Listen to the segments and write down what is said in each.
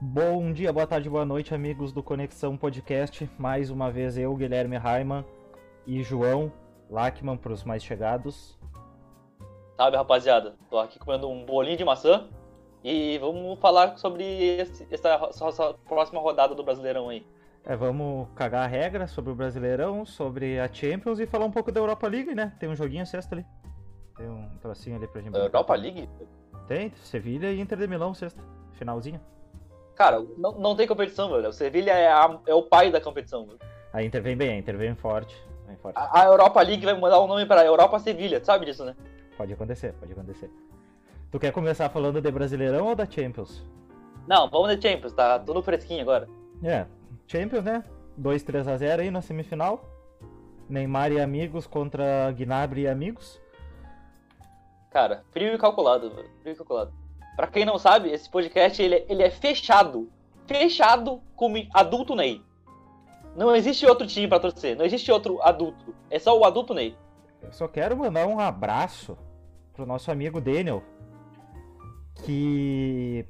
Bom dia, boa tarde, boa noite, amigos do Conexão Podcast. Mais uma vez eu, Guilherme Raiman e João Lachman para os mais chegados. Sabe, rapaziada, tô aqui comendo um bolinho de maçã e vamos falar sobre esse- essa, essa- essa próxima rodada do Brasileirão aí. É, vamos cagar a regra sobre o Brasileirão, sobre a Champions e falar um pouco da Europa League, né? Tem um joguinho sexta ali. Tem um trocinho ali pra gente. brincar. Europa League? Tem, Sevilha e Inter de Milão sexta. Finalzinho. Cara, não, não tem competição, velho. O Sevilha é, a- é o pai da competição. velho. A Inter vem bem, a Inter vem forte. Vem forte. A, a Europa League vai mudar o nome pra Europa Sevilha, tu sabe disso, né? Pode acontecer, pode acontecer. Tu quer começar falando de Brasileirão ou da Champions? Não, vamos de Champions, tá tudo fresquinho agora. É, Champions, né? 2 3 a 0 aí na semifinal. Neymar e amigos contra Gnabry e amigos. Cara, frio e calculado, velho. Frio e calculado. Pra quem não sabe, esse podcast ele, é- ele é fechado. Fechado com mi- adulto Ney. Não existe outro time pra torcer, não existe outro adulto. É só o adulto Ney. Eu só quero mandar um abraço pro nosso amigo Daniel, que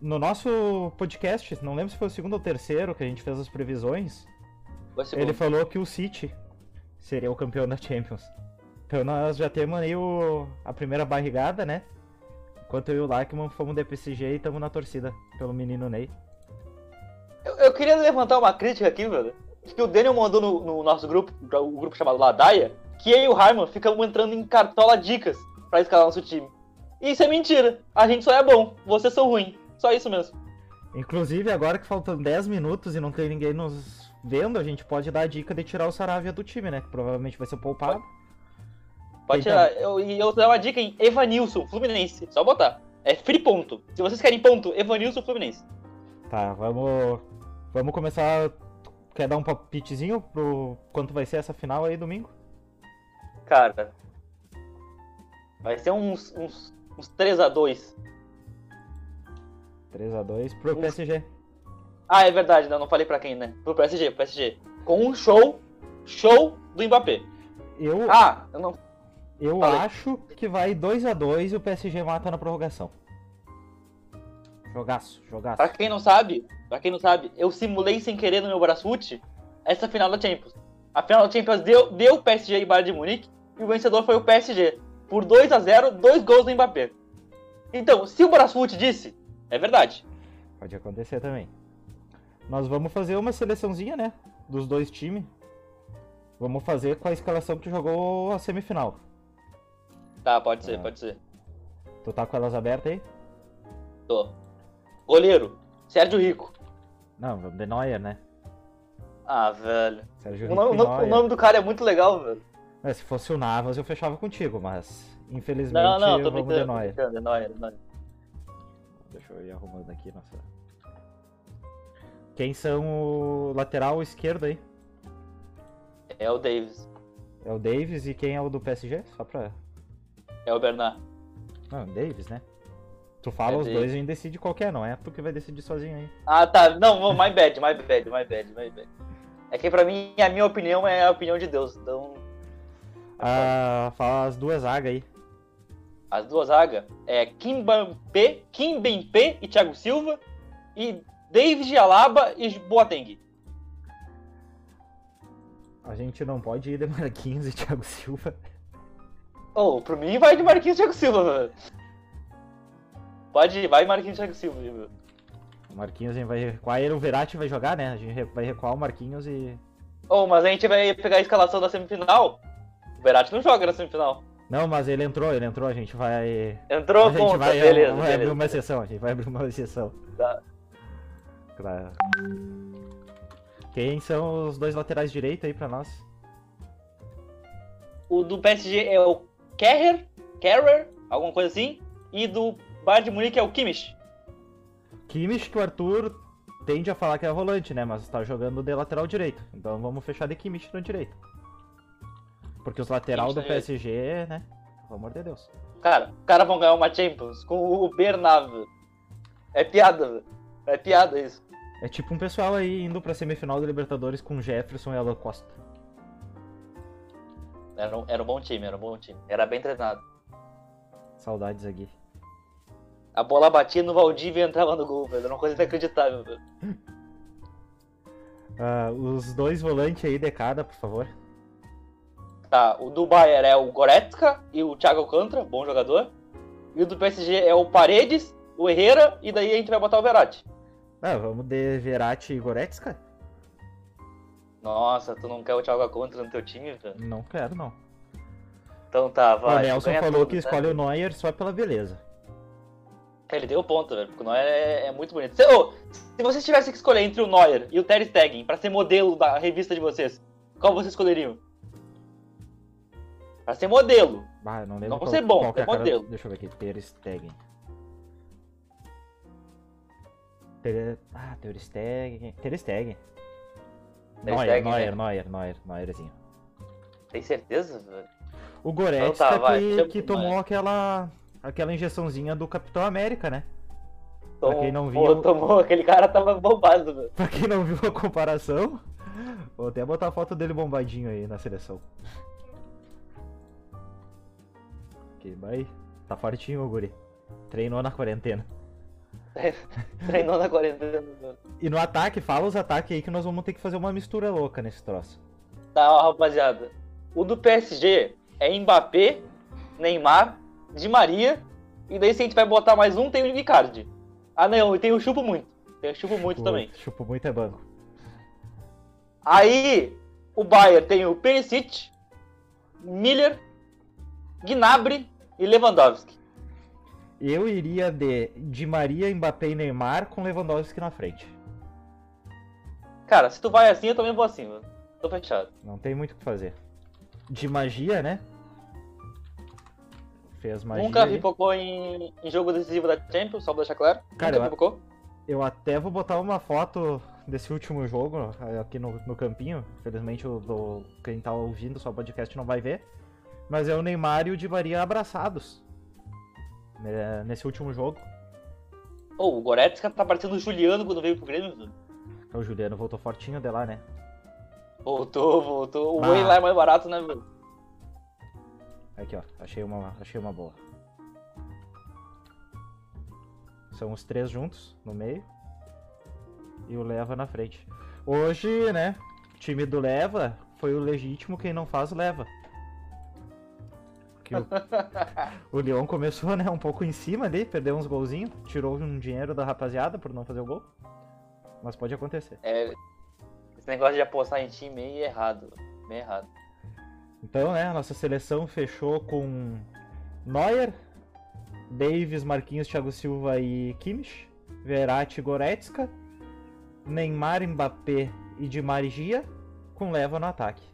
no nosso podcast, não lembro se foi o segundo ou terceiro que a gente fez as previsões, Vai ser ele bom. falou que o City seria o campeão da Champions. Então nós já temos aí o- a primeira barrigada, né? Enquanto eu e o Lachman fomos da PSG e estamos na torcida pelo menino Ney. Eu, eu queria levantar uma crítica aqui, velho. Que o Daniel mandou no, no nosso grupo, o grupo chamado Ladaia, que eu e o Harmon ficamos entrando em cartola dicas pra escalar nosso time. Isso é mentira. A gente só é bom, vocês são ruins. Só isso mesmo. Inclusive, agora que faltam 10 minutos e não tem ninguém nos vendo, a gente pode dar a dica de tirar o Saravia do time, né? Que provavelmente vai ser poupado. Então. Pode tirar. Eu- E eu, vou dar uma dica em Evanilson, Fluminense. Só botar. É free ponto. Se vocês querem ponto, Evanilson, Fluminense. Tá, vamos. Vamos começar. Quer dar um palpitezinho pro quanto vai ser essa final aí domingo? Cara, vai ser uns, uns, uns 3x2. 3x2 pro Uf. PSG. Ah, é verdade, não, não falei pra quem, né? Pro PSG, pro PSG. Com um show, show do Mbappé. Eu, Ah, eu não. eu falei. acho que vai 2x2 e o PSG mata na prorrogação. Jogaço, jogaço. Pra quem não sabe, pra quem não sabe, eu simulei sem querer no meu braçute essa final da Champions. A final da Champions deu, deu PSG e Bayern de Munique e o vencedor foi o PSG. Por 2 a 0 dois gols do Mbappé. Então, se o Brasfoot disse, é verdade. Pode acontecer também. Nós vamos fazer uma seleçãozinha, né? Dos dois times. Vamos fazer com a escalação que tu jogou a semifinal. Tá, pode ser, É. pode ser. Tu tá com elas abertas aí? Tô. Goleiro, Sérgio Rico. Não, vamos de Neuer, né? Ah, velho. Sérgio O Rico nome, e o nome- o Neuer. nome do cara é muito legal, velho. É, se fosse o Navas, eu fechava contigo, mas infelizmente Não, não, vamos tô de brincando. tô Neuer. brincando, é Neuer, é Neuer. Deixa eu ir arrumando aqui, nossa. Quem são o lateral esquerdo aí? É o Davis, É o Davis e quem é o do PSG? Só pra. é o Bernard. Não, Davis, né? Tu fala É os dois Davis. e a gente decide qualquer, não. É tu que vai decidir sozinho aí. Ah, tá. Não, não, my bad, my bad, my bad, my bad. É que pra mim, a minha opinião é a opinião de Deus. Então, Ah, fala as duas zagas aí. as duas zagas é Kim Bempe, Kim Bempe e Thiago Silva e David Alaba e Boateng. A gente não pode ir de Marquinhos e Thiago Silva. Oh, pra mim vai de Marquinhos e Thiago Silva, mano. Pode ir, vai Marquinhos e Thiago Silva. meu. O Marquinhos a gente vai recuar. Ele, o Verratti vai jogar, né? A gente re- vai recuar o Marquinhos e. Oh, mas a gente vai pegar a escalação da semifinal. O Verratti não joga na semifinal. Não, mas ele entrou, ele entrou, a gente vai. Entrou a a gente conta, vai, é um, beleza, vai abrir beleza. uma exceção, a gente vai abrir uma exceção. Tá. Pra- Quem são os dois laterais direitos aí pra nós? O do PSG é o Kerrer, Kerrer, alguma coisa assim. E do Bayern de Munique é o Kimmich. Kimmich, que o Arthur tende a falar que é volante, né? Mas tá jogando de lateral direito. Então vamos fechar de Kimmich no direito. Porque os lateral Kimmich é- do na direita. PSG, né? Pelo amor de Deus. Cara, os caras vão ganhar uma Champions com o Bernard. velho. É piada, velho. É piada isso. É tipo um pessoal aí indo pra semifinal da Libertadores com Jefferson e Alan Costa. Era um, era um bom time, era um bom time. Era bem treinado. Saudades aqui. A bola batia no Valdívia e entrava no gol, velho. Era uma coisa inacreditável, velho. Ah, os dois volantes aí de cada, por favor. Tá, o do Bayern é o Goretzka e o Thiago Alcântara, bom jogador. E o do PSG é o Paredes, o Herrera, e daí a gente vai botar o Verratti. Ah, vamos de Verratti e Goretzka? Nossa, tu não quer o Thiago Alcântara no teu time, velho? Não quero, não. Então tá, vai. o Nelson ganha falou tudo, que né? escolhe o Neuer só pela beleza. Ele deu ponto, velho, porque o Neuer é, é muito bonito. Se, ô, se vocês tivessem que escolher entre o Neuer e o Ter Stegen pra ser modelo da revista de vocês, qual vocês escolheriam? Pra ser modelo. Ah, eu não lembro Não, você é bom, que é modelo. Deixa eu ver aqui, Ter Stegen. Ter... Ah, Ter Stegen... Ter Stegen. Ter Neuer, Stegen, Neuer, né? Neuer, Neuer, Neuerzinho. Tem certeza, velho? O Goretzka Então tá, vai, que, chama que o tomou Neuer. aquela aquela injeçãozinha do Capitão América, né? Pra quem não Pô, viu- tomou, aquele cara tava bombado, velho. Pra quem não viu a comparação, vou até botar a foto dele bombadinho aí na seleção. Que vai. Tá fortinho o guri. Treinou na quarentena. Treinou na quarentena, velho. E no ataque, fala os ataques aí que nós vamos ter que fazer uma mistura louca nesse troço. Tá, ó, rapaziada. O do PSG é Mbappé, Neymar, Di Maria, e daí se a gente vai botar mais um, tem o Icardi. Ah não, e tem o Chupo Muito. Tem o Chupo Muito Chupo- também. Tipo, Chupo muito é banco. Aí, o Bayern tem o Perisic, Miller, Gnabry e Lewandowski. Eu iria de Di Maria, Mbappé e Neymar com Lewandowski na frente. Cara, se tu vai assim, eu também vou assim, mano. Tô fechado. Não tem muito o que fazer. De magia, né? Fez magia. Nunca aí. pipocou em, em jogo decisivo da Champions, só pra deixar claro. Cara, eu- Nunca pipocou. Eu até vou botar uma foto desse último jogo eh, aqui no, no campinho. Infelizmente, o do- quem tá ouvindo só o podcast não vai ver. Mas é o Neymar e o Di Maria abraçados. né, Nesse último jogo. Ô, o Goretzka tá parecendo o Juliano quando veio pro Grêmio, mano. É O Juliano voltou fortinho de lá, né? Voltou, voltou. O Bah. Whey lá é mais barato, né, velho? Aqui, ó. Achei uma, achei uma boa. São os três juntos, no meio. E o Leva na frente. Hoje, né? O time do Leva foi o legítimo. Quem não faz, leva. Que o, o Leon começou, né? Um pouco em cima ali. Perdeu uns golzinhos. Tirou um dinheiro da rapaziada por não fazer o gol. Mas pode acontecer. É, esse negócio de apostar em time aí é errado, velho. bem errado. Então, né, a nossa seleção fechou com Neuer, Davis, Marquinhos, Thiago Silva e Kimmich, Verratti, Goretzka, Neymar, Mbappé e Di Maria, com Leva no ataque.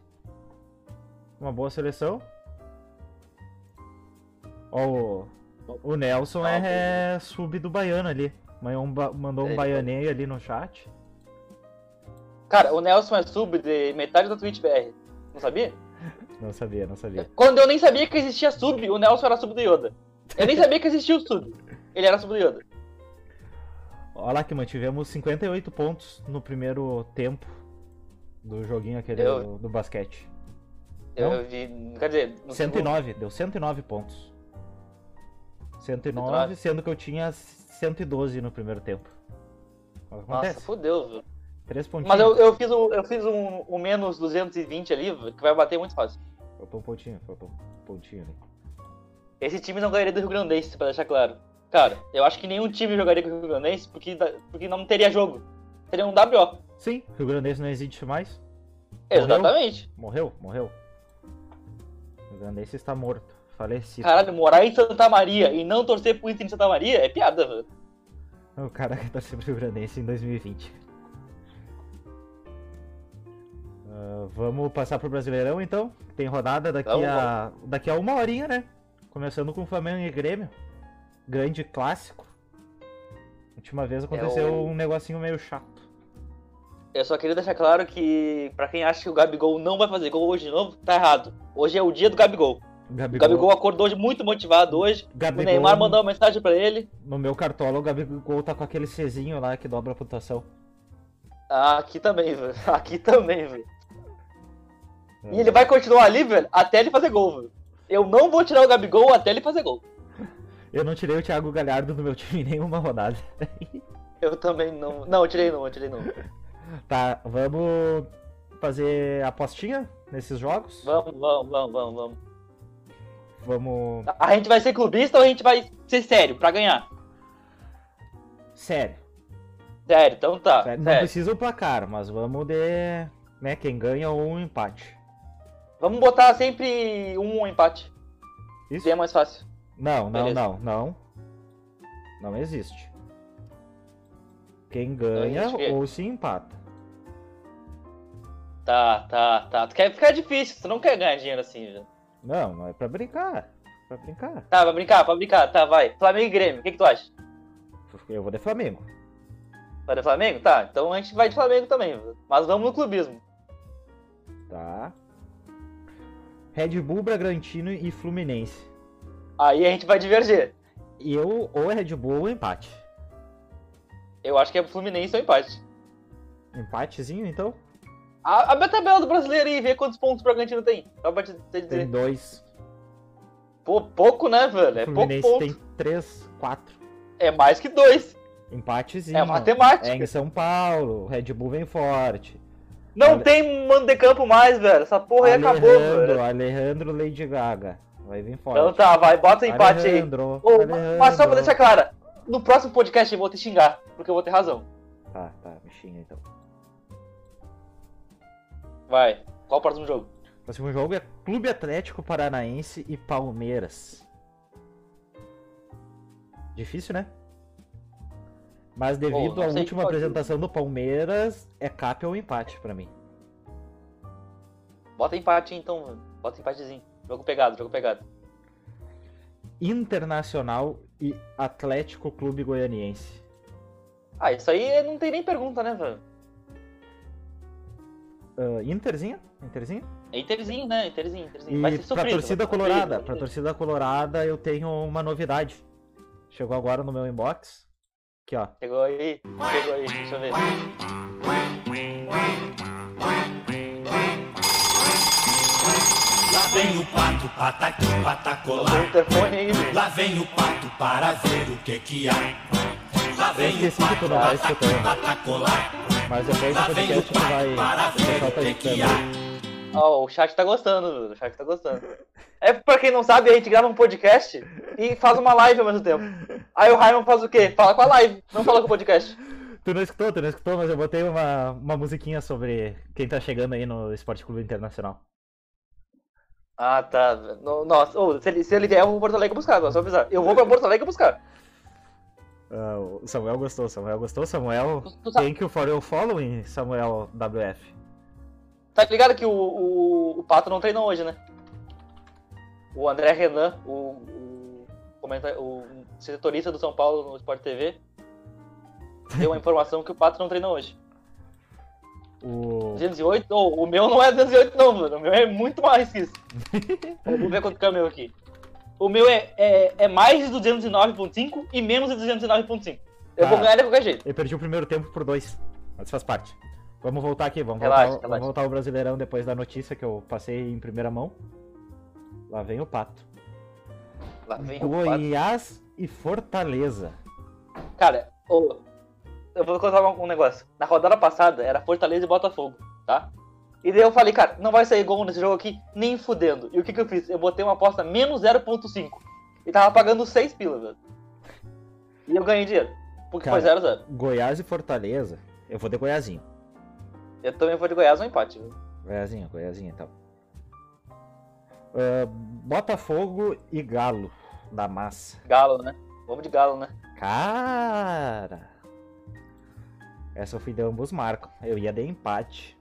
Uma boa seleção. Ó, o- o Nelson é, é sub do baiano ali. Mandou um, ba- mandou um Ele- baianeio ali no chat. Cara, o Nelson é sub de metade da Twitch BR. Não sabia? Não sabia, não sabia. Quando eu nem sabia que existia sub, o Nelson era sub do Yoda. Eu nem sabia que existia o sub. Ele era sub do Yoda. Olha lá que mantivemos 58 pontos no primeiro tempo do joguinho aquele Eu- do, do basquete. Eu, Não? eu vi. Quer dizer, no segundo- 109, deu 109 pontos. 109, 109. sendo que eu tinha 112 no primeiro tempo. Mas acontece. Nossa, fodeu, velho. Três pontinhos. Mas eu, eu fiz, um, eu fiz um, um menos 220 ali, velho, que vai bater muito fácil. Faltou um pontinho, faltou um pontinho ali. Esse time não ganharia do Rio Grandense, pra deixar claro. Cara, eu acho que nenhum time jogaria com o Rio Grandense porque, da- porque não teria jogo. Seria um WO. Sim, Rio Grandense não existe mais. Morreu? Exatamente. Morreu, morreu. Rio Grandense está morto, falecido. Caralho, morar em Santa Maria e não torcer pro Inter de Santa Maria é piada, velho. O cara que tá sempre Rio Grandense em 2020. Ah, vamos passar pro Brasileirão então. que Tem rodada daqui Vamos, a. daqui a uma horinha, né? Começando com Flamengo e Grêmio. Grande clássico. Última vez aconteceu É o- um negocinho meio chato. Eu só queria deixar claro que, pra quem acha que o Gabigol não vai fazer gol hoje de novo, tá errado. Hoje é o dia do Gabigol. O Gabigol, Gabigol acordou hoje muito motivado hoje. O Gabigol- Neymar mandou uma mensagem pra ele. No meu cartola, o Gabigol tá com aquele Czinho lá que dobra a pontuação. Ah, aqui também, velho. Aqui também, velho. E ele vai continuar ali, velho, até ele fazer gol, velho. Eu não vou tirar o Gabigol até ele fazer gol. Eu não tirei o Thiago Galhardo do meu time em nenhuma rodada. Eu também não. Não, eu tirei não, eu tirei não. Tá, vamos fazer apostinha nesses jogos? Vamos, vamos, vamos, vamos, vamos. Vamos. A gente vai ser clubista ou a gente vai ser sério pra ganhar? Sério. Sério, então tá. sério. Sério. Não precisa o placar, mas vamos de. Né, quem ganha ou um empate. Vamos botar sempre um empate. Isso? Bem mais fácil. Não, não, Beleza. não, não. Não existe. Quem Não ganha existe quê? ou se empata. Tá, tá, tá. Tu quer ficar difícil, tu não quer ganhar dinheiro assim, já. Não, é pra brincar. Pra brincar. Tá, pra brincar, pra brincar, tá, vai. Flamengo e Grêmio, o que, que tu acha? Eu vou de Flamengo. Vai de Flamengo? Tá, então a gente vai de Flamengo também. Mas vamos no clubismo. Tá. Red Bull, Bragantino e Fluminense. Aí a gente vai diverger. E eu, ou é Red Bull ou empate. Eu acho que é Fluminense ou empate. Empatezinho, então? A- Abre a tabela do brasileiro aí e vê quantos pontos o Bragantino tem. Só pra te te dizer. Tem dois. Pô, pouco, né, velho? É pouco Fluminense ponto. tem três, quatro. É mais que dois. Empatezinho. É matemática. É em São Paulo. Red Bull vem forte. Não Ale- tem mano de campo mais, velho. Essa porra aí Alejandro, acabou, velho. Alejandro Lady Gaga. Vai vir forte. Então tá, vai, bota empate aí. Alejandro, Ô, Alejandro. mas só pra deixar clara, no próximo podcast eu vou te xingar, porque eu vou ter razão. Tá, tá, me xinga então. Vai, qual o próximo jogo? O próximo jogo é Clube Atlético Paranaense e Palmeiras. Difícil, né? Mas devido não à sei última qual- apresentação do Palmeiras, é cap ou empate pra mim. Bota empate então, mano. Bota empatezinho. Jogo pegado, jogo pegado. Internacional e Atlético Clube Goianiense. Ah, isso aí é- não tem nem pergunta, né, velho? Ah, Interzinha? Interzinha? É interzinho, né? Interzinho, interzinho. E Vai ser pra sofrido. torcida vai ser colorada, sofrido. pra torcida colorada eu tenho uma novidade. Chegou agora no meu inbox. Aqui, ó. Chegou aí, chegou aí, deixa eu ver. Lá vem o pato, tá pataqui, Tem patacolar. o interfone aí, velho. Lá vem o pato para ver o que que há. Lá Eu vem o esqueci que tu pato, tá não vai escutando, patacolar. mas depois do Lá vem o podcast tu vai. pato para O ver pessoal tá o que que há. escutando. Ó, o chat tá gostando, velho. O chat tá gostando. É pra quem não sabe, a gente grava um podcast e faz uma live ao mesmo tempo. Aí o Raimon faz o quê? Fala com a live, não fala com o podcast. Tu não escutou, tu não escutou, mas eu botei uma, uma musiquinha sobre quem tá chegando aí no Esporte Clube Internacional. Ah, tá. No- Nossa, ô, se, ele, se ele vier, eu vou pra Porto Alegre buscar, só avisar. Eu vou pra Porto Alegre buscar. Ah, o Samuel gostou, Samuel gostou, Samuel. Tu, tu sa- Thank you for your following, Samuel WF. tá ligado que o, o, o Pato não treinou hoje, né? O André Renan, o, o, comenta- o setorista do São Paulo no Sport TV, deu a informação que o Pato não treinou hoje. O... 208? Ô, o meu não é 208 não, mano. O meu é muito mais que isso. Vamos ver quanto que é o meu aqui. O meu é, é, é mais de 209.5 e menos de 209.5. Eu vou Tá. ganhar de qualquer jeito. Eu perdi o primeiro tempo por dois, mas faz parte. Vamos voltar aqui, vamos, Relaxa, voltar, vamos relaxa. voltar ao Brasileirão depois da notícia que eu passei em primeira mão. Lá vem o pato. Lá vem o Pato. Goiás e Fortaleza. Cara, ô, eu vou contar um um negócio. Na rodada passada era Fortaleza e Botafogo, tá? E daí eu falei, cara, não vai sair gol nesse jogo aqui, nem fudendo. E o que que eu fiz? Eu botei uma aposta menos 0.5. E tava pagando 6 pila, velho. E eu ganhei dinheiro. Porque Cara. foi 0x0. Goiás e Fortaleza. Eu vou de Goiásinho. Eu também vou de Goiás um empate, velho. Goiazinha, Goiazinha e tal. Ah, Botafogo e Galo da massa. Galo, né? Vamos de galo, né? Cara! Essa eu fui de ambos marcam. Eu ia de empate.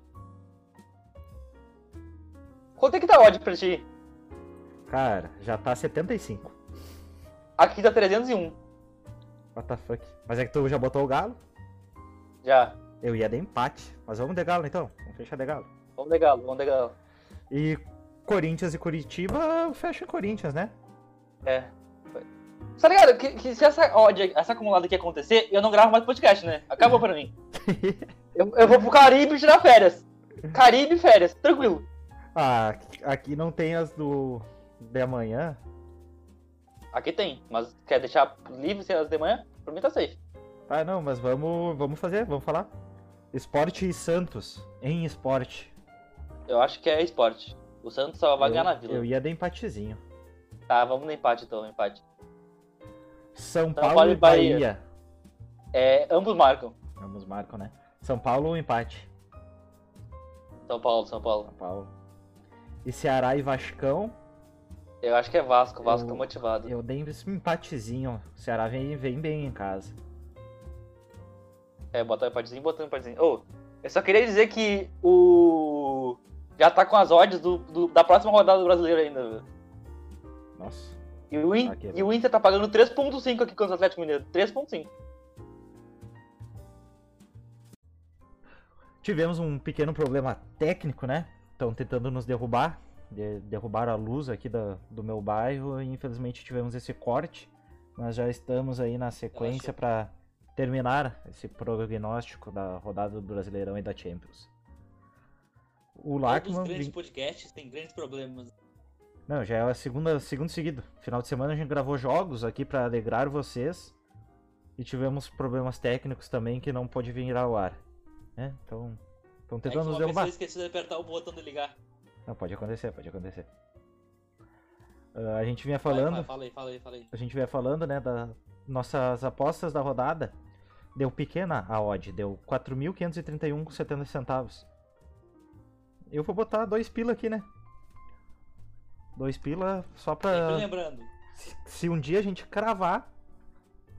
Quanto é que tá odd pra ti? Cara, já tá 75. Aqui tá 301, What the fuck? Mas é que tu já botou o Galo? já. Eu ia de empate. Mas vamos de Galo então. Vamos fechar de Galo. Vamos de galo, vamos de galo. E Corinthians e Curitiba, fecha em Corinthians, né? É. Foi. Tá ligado? Que, que se essa odd, essa acumulada aqui acontecer, eu não gravo mais podcast, né? Acabou pra mim. Eu, eu vou pro Caribe tirar férias. Caribe, férias, tranquilo. Ah, aqui- aqui não tem as do de amanhã. Aqui tem, mas quer deixar livre se elas de manhã? Por mim tá safe. Ah, não, mas vamos, vamos fazer, vamos falar. Esporte e Santos, em esporte. Eu acho que é esporte. O Santos só vai eu, ganhar na vila. Eu ia dar empatezinho. Tá, vamos no empate então, no empate. São, São Paulo, Paulo e e Bahia. Bahia. É, ambos marcam. Ambos marcam, né? São Paulo, um empate. São Paulo, São Paulo. São Paulo. E Ceará e Vascão, Eu acho que é Vasco, Vasco Eu- tá motivado. eu dei esse empatezinho. O Ceará vem, vem bem em casa. É, botar um empatezinho, botar um empatezinho. Ô, eu só queria dizer que o. Já tá com as odds do, do- da próxima rodada do brasileiro ainda, viu? Nossa. E o, In- Aquele. e o Inter tá pagando 3.5 aqui contra o Atlético Mineiro. 3.5. Tivemos um pequeno problema técnico, né? Estão tentando nos derrubar. De, derrubaram a luz aqui da, do meu bairro. E infelizmente tivemos esse corte. Mas já estamos aí na sequência para terminar esse prognóstico da rodada do Brasileirão e da Champions. O Lachman. vin- podcasts têm grandes problemas. Não, já é a segunda, segundo seguido. Final de semana a gente gravou jogos aqui para alegrar vocês. E tivemos problemas técnicos também que não pôde vir ao ar. né? Então, estão É tentando nos derrubar. esqueceu de apertar o botão de ligar. Não, pode acontecer, pode acontecer. Ah, a gente vinha falando, fala aí, fala aí, fala aí. a gente vinha falando, né, das nossas apostas da rodada. Deu pequena a odd, deu 4.531,70 centavos. Eu vou botar dois pila aqui, né? Dois pila só pra... lembrando. Se, se um dia a gente cravar,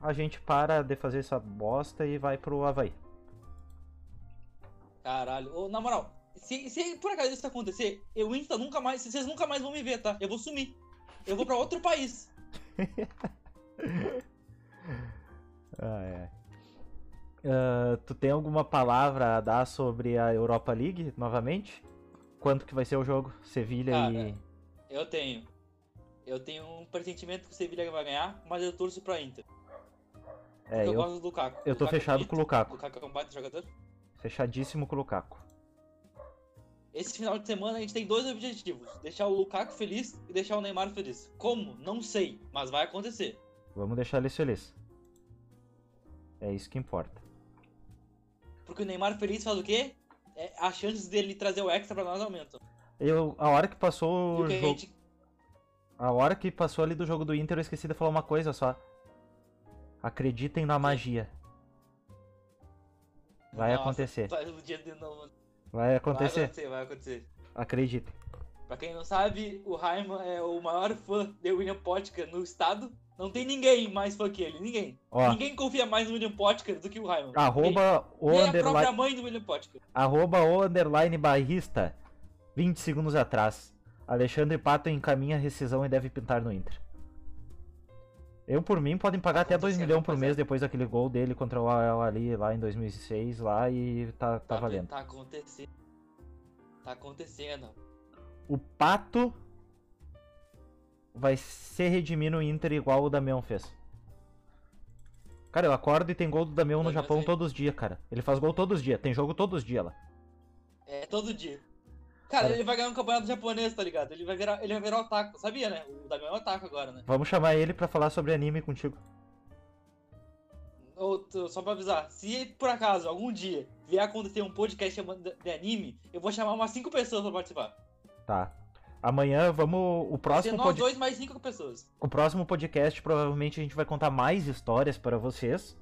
a gente para de fazer essa bosta e vai pro Havaí. Caralho, Ô, na moral, se, se por acaso isso acontecer, eu Insta nunca mais, vocês nunca mais vão me ver, tá? Eu vou sumir. Eu vou pra outro país. Ah, é. Ah, tu tem alguma palavra a dar sobre a Europa League novamente? Quanto que vai ser o jogo? Sevilha e. Eu tenho. Eu tenho um pressentimento que o Sevilla vai ganhar, mas eu torço pra Inter. É, eu, eu gosto do Lukaku. eu tô Lukaku é fechado bonito, com o Lukaku. Lukaku é um baita jogador. fechadíssimo com o Lukaku. Esse final de semana a gente tem dois objetivos: deixar o Lukaku feliz e deixar o Neymar feliz. Como? Não sei, mas vai acontecer. Vamos deixar eles felizes. É isso que importa. Porque o Neymar feliz faz o quê? É, as chances dele trazer o extra pra nós aumentam. Eu, a hora que E passou o o que a jogo, gente a hora que passou ali do jogo do Inter, eu esqueci de falar uma coisa só. Acreditem na magia. Vai Nossa, acontecer. faz o dia de novo. Vai Vai acontecer. acontecer, vai acontecer. Acreditem. Pra quem não sabe, o Raiman é o maior fã de William Potker no estado. Não tem ninguém mais fã que ele, ninguém. Ó, Ninguém confia mais no William Potker do que o Raiman. arroba o Nem nem a underline. Tá própria mãe do William Potker. Arroba o underline barrista. 20 segundos atrás. Alexandre Pato encaminha rescisão e deve pintar no Inter. Eu, por mim, podem pagar até 2 Acontecendo, milhões por pois mês depois daquele gol dele contra o Al ali lá em 2006 lá e tá, tá valendo. Tá acontecendo. Tá acontecendo. O Pato vai se redimir no Inter igual o Damião fez. Cara, eu acordo e tem gol do Damião no Damião Japão se- todos os dias, cara. Ele faz gol todos os dias, tem jogo todos os dias lá. É todo dia. Cara, Cara. ele vai ganhar um campeonato japonês, tá ligado? Ele vai virar, ele vai virar o taco, sabia, né? O Damião é o taco agora, né? Vamos chamar ele pra falar sobre anime contigo. Ou, t- só pra avisar, se por acaso algum dia vier acontecer um podcast chamando de- de anime, eu vou chamar umas 5 pessoas pra participar. Tá. Amanhã vamos. O Vai ser próximo, nós pod- dois mais 5 pessoas. o próximo podcast provavelmente a gente vai contar mais histórias para vocês.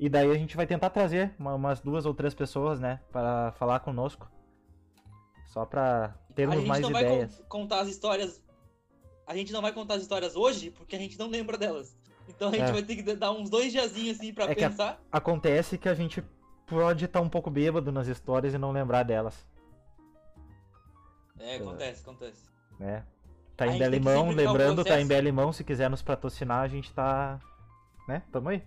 E daí a gente vai tentar trazer uma- umas duas ou três pessoas, né? Para falar conosco. Só para a termos gente mais não ideias. vai con- contar as histórias. A gente não vai contar as histórias hoje porque a gente não lembra delas. Então a gente É. vai ter que dar uns dois diazinhos assim pra É que a- pensar. Acontece que a gente pode estar um pouco bêbado nas histórias e não lembrar delas, É, acontece, acontece. né? Tá A em gente tem que Belimão, simplificar o lembrando, tá em processo. Belimão. Se quiser nos patrocinar, a gente tá. Né? Tamo aí.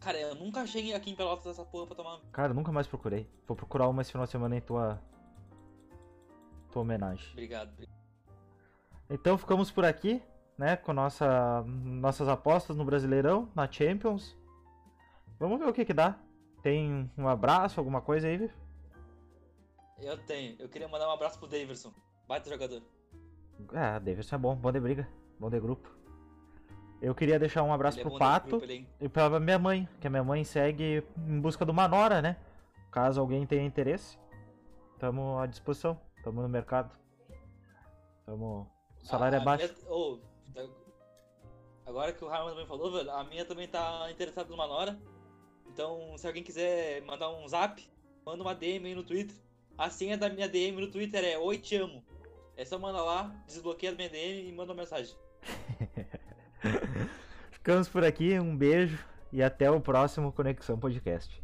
Cara, eu nunca cheguei aqui em Pelotas dessa porra pra tomar. Cara, eu nunca mais procurei. Vou procurar uma esse final de semana em tua. tua homenagem. Obrigado. obrigado. Então ficamos por aqui, né? Com nossa, nossas apostas no Brasileirão, na Champions. Vamos ver o que que dá. Tem um abraço, alguma coisa aí? Eu tenho. Eu queria mandar um abraço pro Davidson. Baita jogador. Ah, Davidson é bom, bom de briga. Bom de grupo. Eu queria deixar um abraço Ele é pro bom no Pato grupo, ele é in- e pra minha mãe, que a minha mãe segue em busca de uma nora, né? Caso alguém tenha interesse, tamo à disposição, tamo no mercado. Tamo. O salário a- é a baixo. minha- ô, tá- agora que o Harman também falou, velho, a minha também tá interessada numa Nora. Então, se alguém quiser mandar um zap, manda uma DM aí no Twitter. A senha da minha DM no Twitter é Oi, te amo. É só mandar lá, desbloqueia a minha DM e manda uma mensagem. Ficamos por aqui, um beijo e até o próximo Conexão Podcast.